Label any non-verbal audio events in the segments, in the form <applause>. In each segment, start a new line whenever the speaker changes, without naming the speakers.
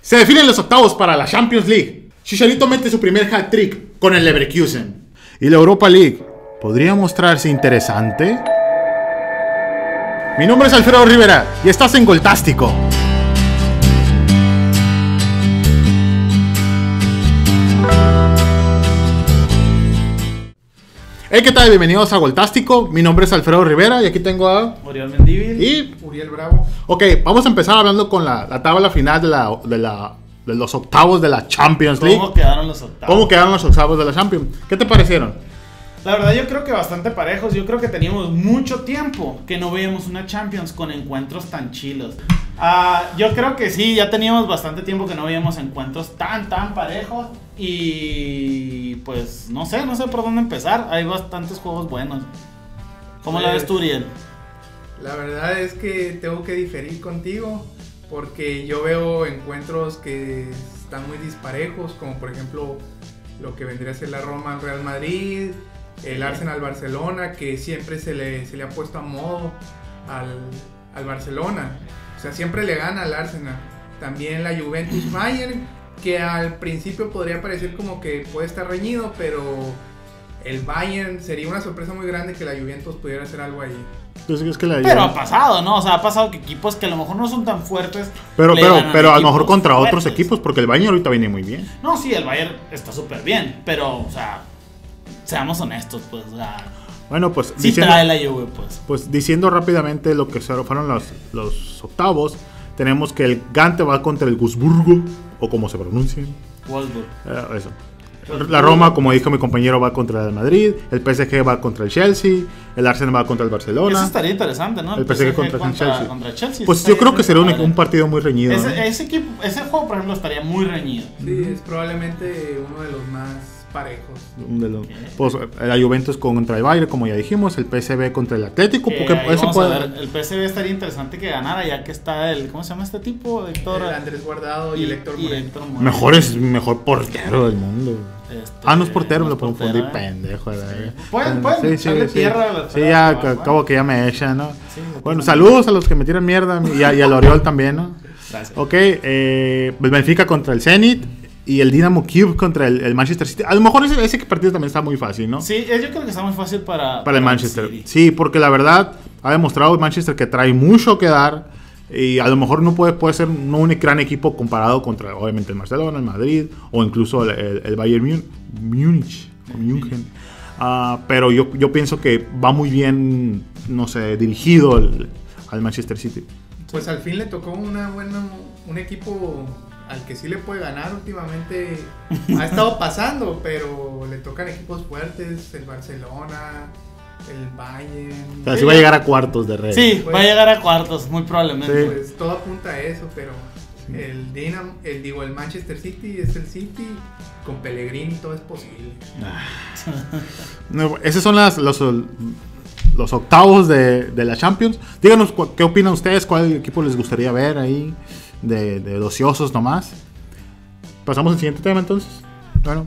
Se definen los octavos para la Champions League. Chicharito mete su primer hat-trick con el Leverkusen. Y la Europa League podría mostrarse interesante. Mi nombre es Alfredo Rivera y estás en Goltástico. Hey, ¿qué tal? Bienvenidos a Goltástico. Mi nombre es Alfredo Rivera y aquí tengo a
Oriol Mendívil.
y
Uriel Bravo.
Ok, vamos a empezar hablando con la, la tabla final de, la, de, la- de los octavos de la Champions League.
¿Cómo
¿Cómo,
quedaron los octavos?
quedaron los octavos de la Champions? ¿Qué te parecieron?
La verdad yo creo que bastante parejos. Yo creo que teníamos mucho tiempo que no veíamos una Champions con encuentros tan chilos. Ah, yo creo que sí, ya teníamos bastante tiempo que no veíamos encuentros tan, tan parejos. Y pues no sé, no sé por dónde empezar. Hay bastantes juegos buenos. ¿Cómo la
Sí.
ves tú, Uriel?
La verdad es que tengo que diferir contigo porque yo veo encuentros que están muy disparejos, como por ejemplo lo que vendría a ser la Roma al Real Madrid, el Arsenal Barcelona, que siempre se le, se le ha puesto a modo al, al Barcelona. O sea, siempre le gana al Arsenal. También la Juventus Bayern, que al principio podría parecer como que puede estar reñido, pero el Bayern sería una sorpresa muy grande que la Juventus pudiera hacer algo ahí.
Entonces, es que la
Pero ha pasado, ¿no? O sea, ha pasado que equipos que a lo mejor no son tan fuertes.
pero,
le
pero,
ganan
pero a lo
equipos
mejor contra otros
fuertes.
equipos, porque el Bayern ahorita viene muy bien.
No, sí, el Bayern está súper bien, pero, o sea, seamos honestos, pues, o sea,
Bueno, pues,
sí trae la Juve, pues.
pues diciendo rápidamente lo que ser- fueron los, los octavos, tenemos que el Gante va contra el Gusburgo, o como se pronuncia.
Wolfsburg.
Eh, eso. La Roma, como dijo mi compañero, va contra el Madrid, el PSG va contra el Chelsea, el Arsenal va contra el Barcelona.
Eso estaría interesante, ¿no?
El PSG contra Chelsea.
contra Chelsea,
Pues
eso
yo
estaría
creo que será un,
padre.
un partido muy reñido. ¿no?
Ese, ese equipo, ese juego, por ejemplo, estaría muy reñido.
Sí, es probablemente uno de los más parejos.
Un de los- pues, la Juventus contra el Bayern, como ya dijimos, el PSV contra el Atlético,
Que
porque
Eh, ahí
ese
vamos a
puede-
ver, el PSV estaría interesante que ganara, ya que está el. ¿Cómo se llama este tipo? Héctor.
El Andrés Guardado y, el Héctor
y
Moreno.
Héctor Moreno.
mejor es mejor portero del mundo.
Este,
Ah, no es portero, me lo
portero,
confundí,
¿eh?
pendejo. la verga.
Pueden- pueden echarle tierra a la-
Sí, ya
a la-
ac- acabo que ya me echan, ¿no?
Sí,
Bueno, saludos a los que me tiran mierda y, a- y al Oriol también, ¿no?
Gracias.
Ok, eh, el Benfica contra el Zenit y el Dinamo Cube contra el, el Manchester City. A lo mejor ese, ese partido también está muy fácil, ¿no?
Sí, eh, yo creo que está muy fácil para.
para el Manchester.
City.
Sí, porque la verdad ha demostrado el Manchester que trae mucho que dar y a lo mejor no puede, puede ser no un gran equipo comparado contra obviamente el Barcelona, el Madrid o incluso el, el- el Bayern Mun- Múnich. o München. Ah, pero yo, yo pienso que va muy bien, no sé, dirigido al- al Manchester City.
Pues al fin le tocó una buena, un equipo al que sí le puede ganar últimamente. <laughs> Ha estado pasando, pero le tocan equipos fuertes, el Barcelona, el
O
Bayern.
sea, sí va a llegar a cuartos de red.
Eh, Sí,
Pues-
va a llegar a cuartos, muy probablemente.
Pues todo apunta a eso, pero el Dinam, el digo, el Manchester City es el City con Pellegrini todo es posible.
No, esos son las, los, los octavos de, de la Champions. Díganos cu- qué opinan ustedes, cuál equipo les gustaría ver ahí, de, de los ociosos nomás. Pasamos al siguiente tema entonces. Bueno.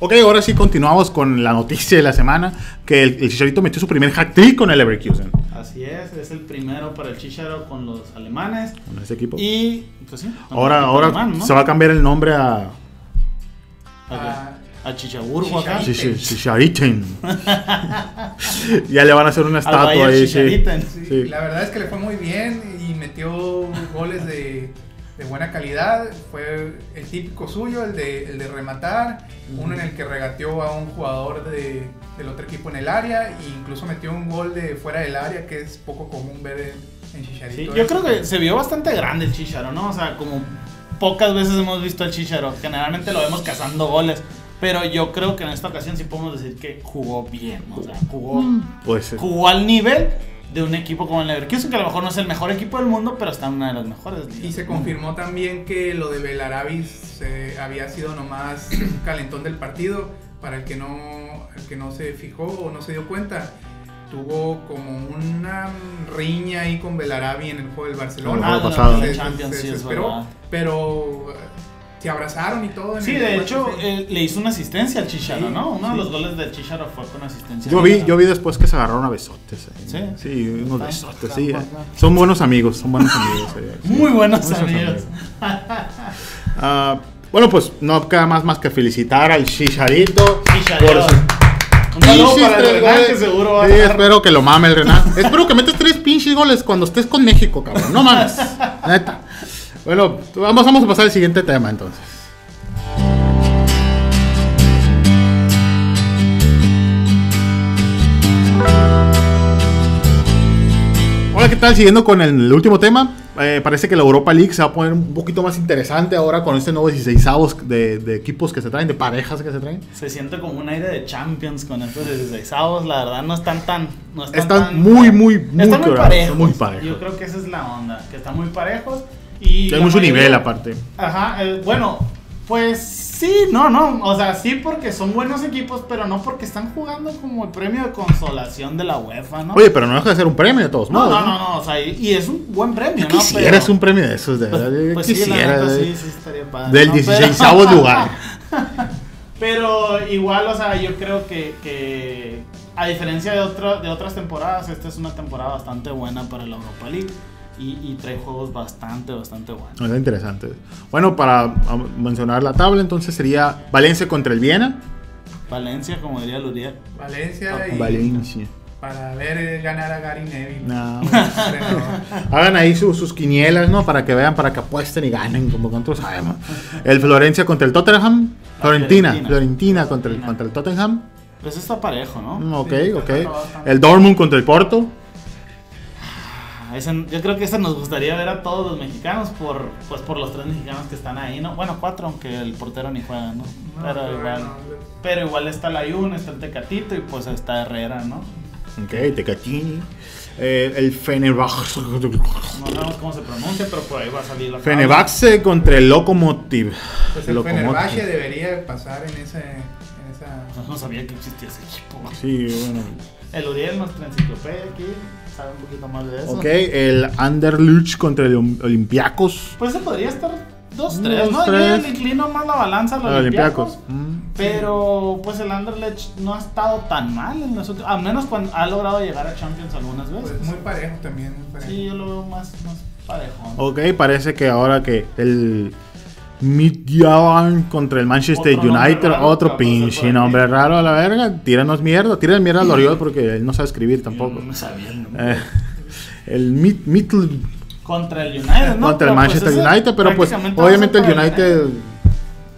Ok, ahora sí continuamos con la noticia de la semana, que el, el Chicharito metió su primer hat-trick con el Leverkusen.
Así es, es el primero para el Chicharo con los alemanes.
Con ese equipo.
Y pues sí,
Ahora,
también
ahora
alemán, ¿no?
se va a cambiar el nombre a
a, a Chichaburgo acá.
Chicha-
Shish- Shishariten. <laughs> ya le van a hacer una estatua
Bayern
ahí. Sí.
Chicharito.
Sí,
Sí.
La verdad es que le fue muy bien y metió goles de, de buena calidad. Fue el típico suyo, el de, el de rematar. Uno en el que regateó a un jugador de, del otro equipo en el área e incluso metió un gol de fuera del área que es poco común ver en, en
Sí,
Chicharito.
yo creo que se vio bastante grande el Chicharo, ¿no? O sea, como pocas veces hemos visto al Chicharo. Generalmente lo vemos cazando goles. Pero yo creo que en esta ocasión sí podemos decir que jugó bien. O sea, jugó,
Pues sí.
jugó al nivel de un equipo como el Leverkusen, que a lo mejor no es el mejor equipo del mundo, pero está en una de las mejores. ligas
Y se
del mundo.
confirmó también que lo de Belarabis eh, había sido nomás un calentón del partido. Para el que no, el que no se fijó o no se dio cuenta, tuvo como una riña ahí con Belarabi en el juego del
El juego
Barcelona.
pasado.
Champions, sí, es
desesperó,
verdad.
pero eh, se abrazaron y todo. en
Sí,
el
de
encuentro,
hecho, eh,
sí.
él le hizo una asistencia al Chicharo,
Sí,
¿no? Uno de
sí.
los goles del Chicharo fue con asistencia.
Yo vi, yo vi después que se agarraron a besotes. ahí.
Sí.
Sí, unos
Ah,
besotes,
ah,
sí.
ah,
eh. Son buenos amigos, son buenos amigos. eh, sí.
Muy buenos amigos.
Ah, bueno, pues no queda más más que felicitar al Chicharito.
Chicharito.
sus
Un saludo
pinches
para el
tres
Renan,
goles.
que seguro va a
Sí,
dar.
espero que lo mame el Renan. <laughs> espero que metas tres pinches goles cuando estés con México, cabrón. No
<laughs>
mames. Neta. Bueno, vamos, vamos a pasar al siguiente tema entonces. Hola, ¿qué tal? Siguiendo con el último tema, eh, parece que la Europa League se va a poner un poquito más interesante ahora con este nuevo 16 de, de equipos que se traen, de parejas que se traen.
Se siente como un aire de Champions con estos 16 La verdad, no están tan. No están
Están
tan-
muy, muy, muy
Están muy
quebrados,
parejos.
muy parejos.
Yo creo que esa es la onda, que están muy parejos. Y
Hay
la
mucho
mayoría-
nivel aparte.
Ajá, eh, bueno, pues sí, no, no, o sea, sí porque son buenos equipos, pero no porque están jugando como el premio de consolación de la UEFA, ¿no?
Oye, pues, pero no deja de ser un premio de todos
no,
modos.
no, no, no, o sea, y y es un buen premio, ¿no?
Quisieras
Pero-
un premio de esos, de verdad. yo
Pues, pues sí, la
quisiera.
neta,
de-
sí, sí estaría padre,
del
¿no? Pero-
16º lugar.
<laughs> Pero igual, o sea, yo creo que, que a diferencia de, otro- de otras temporadas, esta es una temporada bastante buena para la Europa League y, y trae juegos bastante, bastante buenos.
Está interesante. Bueno, para um, mencionar la tabla, entonces sería Valencia contra el Viena.
Valencia, como diría Luriel.
Valencia y
Ah, Valencia.
para ver eh, ganar a Gary Neville. <laughs>
No.
Entrenador.
Hagan ahí su- sus quinielas, ¿no? Para que vean, para que apuesten y ganen, como nosotros sabemos. El Florencia contra el Tottenham.
La
Florentina.
Fiorentina.
Florentina contra el,
Fiorentina.
contra el Tottenham.
Pues está parejo, ¿no?
Mm, Ok,
Sí,
ok.
está bastante.
El Dortmund contra el Porto.
Ah, ese- yo creo que esa nos gustaría ver a todos los mexicanos por, pues por los tres mexicanos que están ahí, ¿no? Bueno, cuatro, aunque el portero ni juega, ¿no?
No,
pero,
pero
igual.
bueno.
Pero igual está la Yun, está el Tecatito y pues está Herrera, ¿no?
Ok, Tecatini. Eh, el Fenerbahce.
No sabemos cómo se pronuncia, pero por ahí va a salir la Ah,
Fenerbahce contra el Lokomotiv.
Pues el
Lokomotiv.
Fenerbahce debería pasar en ese en esa
No, no sabía que existía ese equipo.
Sí, bueno.
El Uriel, nuestra enciclopedia aquí, sabe un poquito más de eso.
Ok, el Anderluch contra el Olim- Olympiacos.
Pues se podría estar
Dos,
2-3, ¿no?
tres.
Yo le inclino más la balanza a los
Los
Olympiacos.
Olympiacos. Mm.
Pero pues el Anderlecht no ha estado tan mal en los últimos, al menos cuando ha logrado llegar a Champions algunas veces.
pues muy parejo también, muy parejo.
sí, yo lo veo más, más parejón.
Ok, parece que ahora que el Midtjylland contra el Manchester
Otro nombre
United,
raro,
otro
capaz de por
pinche
ahí.
nombre raro a la verga. Tíranos mierda, tíranos mierda al Oriol porque él no sabe escribir tampoco.
Yo no sabía el nombre.
Eh, el Mid- Midtjylland
Contra el United, ¿no?
contra
Pero, pues,
el Manchester
ese
United, pero pues
prácticamente
obviamente
va a
el
ser para
United,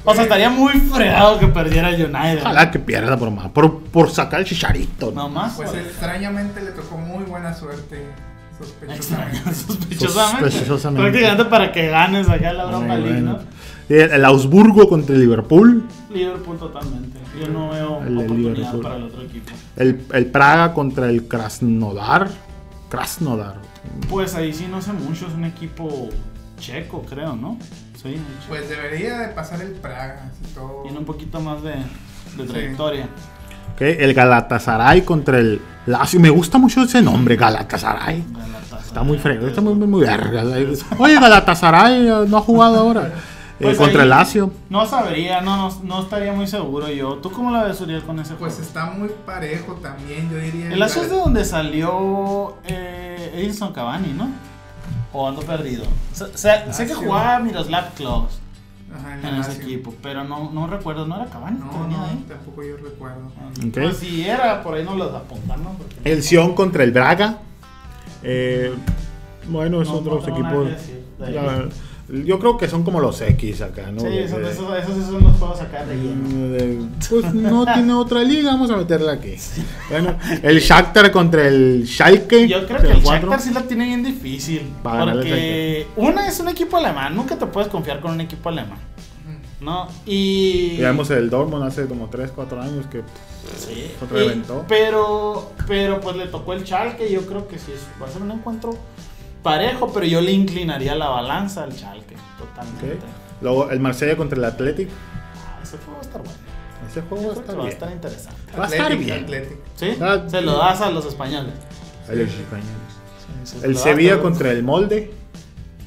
O sea, estaría muy fregado que perdiera el United.
ojalá que pierda por más, por, por sacar el chicharito. ¿no?
Nomás.
Pues extrañamente le tocó muy buena suerte,
Extraño,
sospechosamente.
sospechosamente.
Sospechosamente.
Prácticamente para que ganes acá la Europa
Muy
League,
bueno.
¿no?
Y El, el Augsburgo contra el Liverpool,
Liverpool totalmente. Yo no veo
El de
oportunidad
Liverpool.
para el otro equipo.
el, el Praga contra el Krasnodar. Krasnodar.
Pues ahí sí no sé mucho, es un equipo checo, creo, ¿no? Sí, checo.
Pues debería de pasar el Praga, si todo.
tiene un poquito más de, de
Sí.
trayectoria.
Ok, El Galatasaray contra el Lazio. Me gusta mucho ese nombre, Galatasaray.
Galatasaray.
Está muy fregado, está muy, muy, muy verga. Oye, Galatasaray eh, no ha jugado ahora. Eh,
Pues
contra
ahí-
el Lazio.
No sabría, no, no, no estaría muy seguro yo. ¿Tú cómo la ves, Uriel, con ese
Pues
juego?
está muy parejo también, yo diría.
El Lazio es de donde salió eh, Edison Cavani, ¿no? O ando perdido. Se- se- sé que
Lazio.
jugaba Miroslav Klose
Ajá, el
en ese
Lazio.
Ah, equipo, pero no, no recuerdo, ¿no era Cavani? que
No,
venía
no,
ahí?
tampoco yo recuerdo.
Ok.
Pues si era, por ahí no los apuntan, ¿no? Porque
El Sion contra el Braga. Eh, bueno, es
No,
otros
no tengo
equipos.
nada que decir de ahí.
la- yo creo que son como los X acá, ¿no?
Sí,
De-
esos, esos, esos sí son los juegos acá de lleno.
de- pues
<laughs>
no tiene otra liga, vamos a meterla aquí. Bueno, el Shakhtar contra el Schalke.
Yo creo que el
04.
Shakhtar sí la tiene bien difícil.
Va a ganar el
Porque una es un equipo alemán, nunca te puedes confiar con un equipo alemán. ¿No? Y.
Ya vemos el Dortmund hace como 3, 4 años que
Sí.
Otro
Y-
reventó.
pero, pero pues le tocó el Chalque. Yo creo que sí, es- va a ser un encuentro parejo, pero yo le inclinaría la balanza al Chalque. Totalmente.
Ok. Luego el Marsella contra el Athletic.
Ah, ese juego va a estar bueno.
Ese
Yo
juego
creo que
está
va a
bien.
estar interesante.
Va a estar
Athletic,
bien.
Athletic.
¿Sí?
Ah,
Se lo das a los españoles.
A los españoles.
Se lo
El
das a
Sevilla
los-
contra el Molde.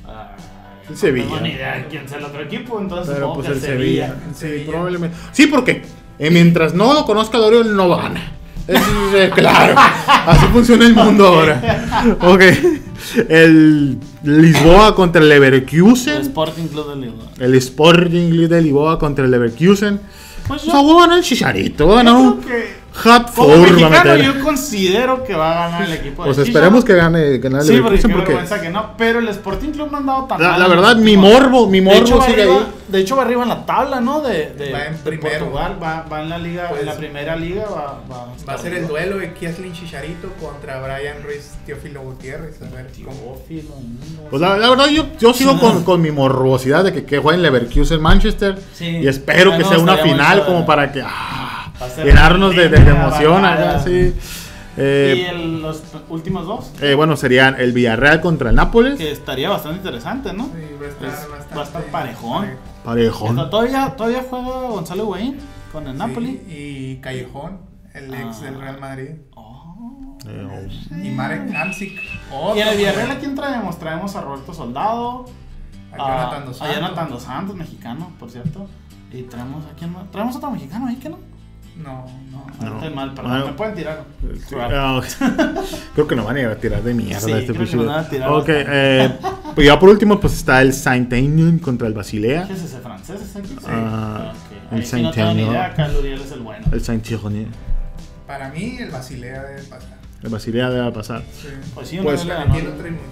Ah,
El
No tengo ni
Sevilla.
idea de quién sea el otro equipo, entonces
Pero
supongo
pues
que
el Sevilla.
Sevilla.
Sí,
Sevilla.
probablemente. Sí, porque eh, mientras no lo conozca Doriol, no gana. Es, eh, claro. Así funciona el mundo ahora. Ok. El Lisboa contra el
El
Leverkusen.
Sporting Club de Lisboa.
El Sporting Club de Lisboa contra el Leverkusen.
Pues
O sea, voy a ganar el Chicharito. Voy a ganar
yo
un
creo que
hat
como
for. va a
mexicano
meter.
yo considero que va a ganar el equipo de
Pues
Chicharito.
esperemos que gane, ganar el
Sí, porque
Leverkusen
qué
porque
vergüenza que no, pero el Sporting Club no ha andado tan
la,
mal
la
en los
verdad mi
últimos-
morbo, mi
de hecho,
morbo
va
sigue
arriba,
ahí.
de hecho, va arriba en la tabla, ¿no? De, de-
Va en
de
primero.
Portugal, va, va en la liga,
Pues-
en la primera liga va, va,
Va a ser el
arriba.
duelo de Kieslin Chicharito contra Brian Ruiz Teófilo Gutiérrez. A ver cómo.
Teófilo, no
Pues
sé.
la, la verdad yo, yo sigo con, con mi morbosidad de que, que jueguen Leverkusen Manchester
Sí.
y espero
Ah,
que
no,
sea una
estaría muy
final
padre.
como para que ah,
Va a ser
llenarnos de, de- de
tremenda
emoción
batalla.
acá, sí. Eh,
y el- los últimos dos,
eh, bueno, serían el Villarreal contra el Nápoles.
que estaría bastante interesante, ¿no?
Sí, va a estar
Es- va a
bastante
estar parejón.
parejo.
Parejón.
Está- Todavía, todavía juega Gonzalo Higuaín con el Napoli.
Sí, y Callejón, el ex
Ah.
del Real Madrid.
Oh.
Eh,
Y Marek Namsik.
Y en
otro,
el Villarreal, ¿a
güey.
quién traemos? Traemos a Roberto Soldado,
A Jonathan Dos
ah, a Jonathan
Santos.
Dos Santos, mexicano, por cierto. Y traemos a quién más? Traemos otro mexicano ahí, ¿qué no?
No, no.
Ah,
No.
Estoy mal, perdón.
Bueno.
Me pueden tirar.
Sí, ah, <laughs> creo que nos van a llegar a tirar de mierda
Sí,
este
creo
pinche
que nos
video.
van a tirar
Ok,
bastante.
eh, pues ya por último, pues está el Saint Aignan contra el Basilea.
¿Qué es ese francés? ¿Es aquí? Sí.
Ah,
Ok.
el
Ahí sí no tengo ni
Centeno.
idea. Carlos Uriel es el bueno.
El Saint Aignan.
Para mí, el Basilea debe pasar.
El Basilea debe pasar.
Sí.
Pues sí, una
Pues,
vez le
Pero
ganó.
aquí no trae mucho.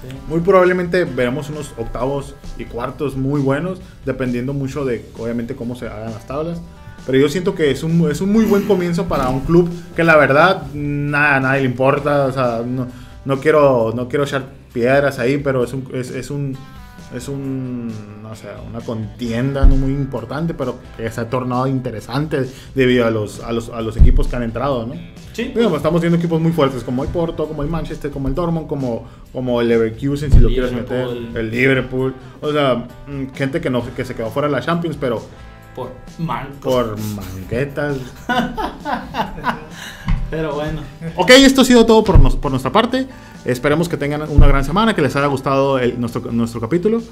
Sí.
Muy probablemente veremos unos octavos y cuartos muy buenos, dependiendo mucho de, obviamente, cómo se hagan las tablas. Pero yo siento que es un, es un muy buen comienzo para un club que la verdad nada, a nadie le importa. O sea, no, no quiero, no quiero echar piedras ahí, pero es un, es, es un, es un, no sé, una contienda no muy importante, pero que se ha tornado interesante debido a los, a los, a los equipos que han entrado, ¿no?
Sí.
Mira, pues, estamos viendo equipos muy fuertes como el Porto, como el Manchester, como el Dortmund, como, como el Leverkusen, si lo quieres meter,
Liverpool.
el Liverpool. O sea, mm, gente que, no, que se quedó fuera de la Champions, pero
Por manco.
por manguetas.
Pero bueno.
Ok, esto ha sido todo por, nos- por nuestra parte. Esperemos que tengan una gran semana, que les haya gustado el- nuestro, nuestro capítulo.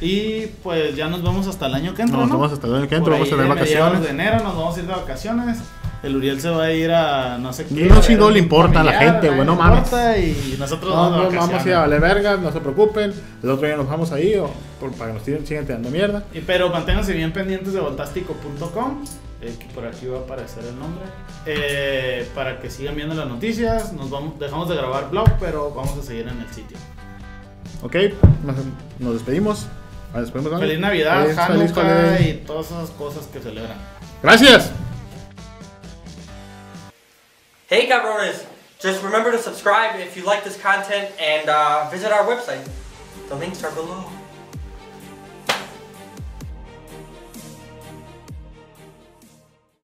Y pues ya nos vemos hasta el año que entra.
Nos
¿no?
vemos hasta el año que entra,
Por
vamos a
ahí
tener
de mediados
vacaciones.
de enero nos vamos a ir de vacaciones. El Uriel se va a ir a no sé qué.
No,
a
si
ver,
no le
un
importa a la
familiar,
gente,
nadie
güey, no
le
mames.
importa Y nosotros
No,
vamos
no, vamos a
de
ir a
vacaciones.
valer verga, no se preocupen. El otro día nos vamos ahí o, por- para que nos sigan sigan tirando mierda.
Y- Pero manténganse bien pendientes de voltastico.com, eh, que por aquí va a aparecer el nombre, eh, para que sigan viendo las noticias. Nos vamos, dejamos de grabar blog, pero vamos a seguir en el sitio.
Ok, nos, nos despedimos. Nos despedimos, ¿vale?
Feliz Navidad,
Feliz- feliz
Hanukkah
holiday.
y todas esas cosas que celebran.
Gracias.
Hey cabrones! Just remember to subscribe if you like this content and uh, visit our website. The links are below.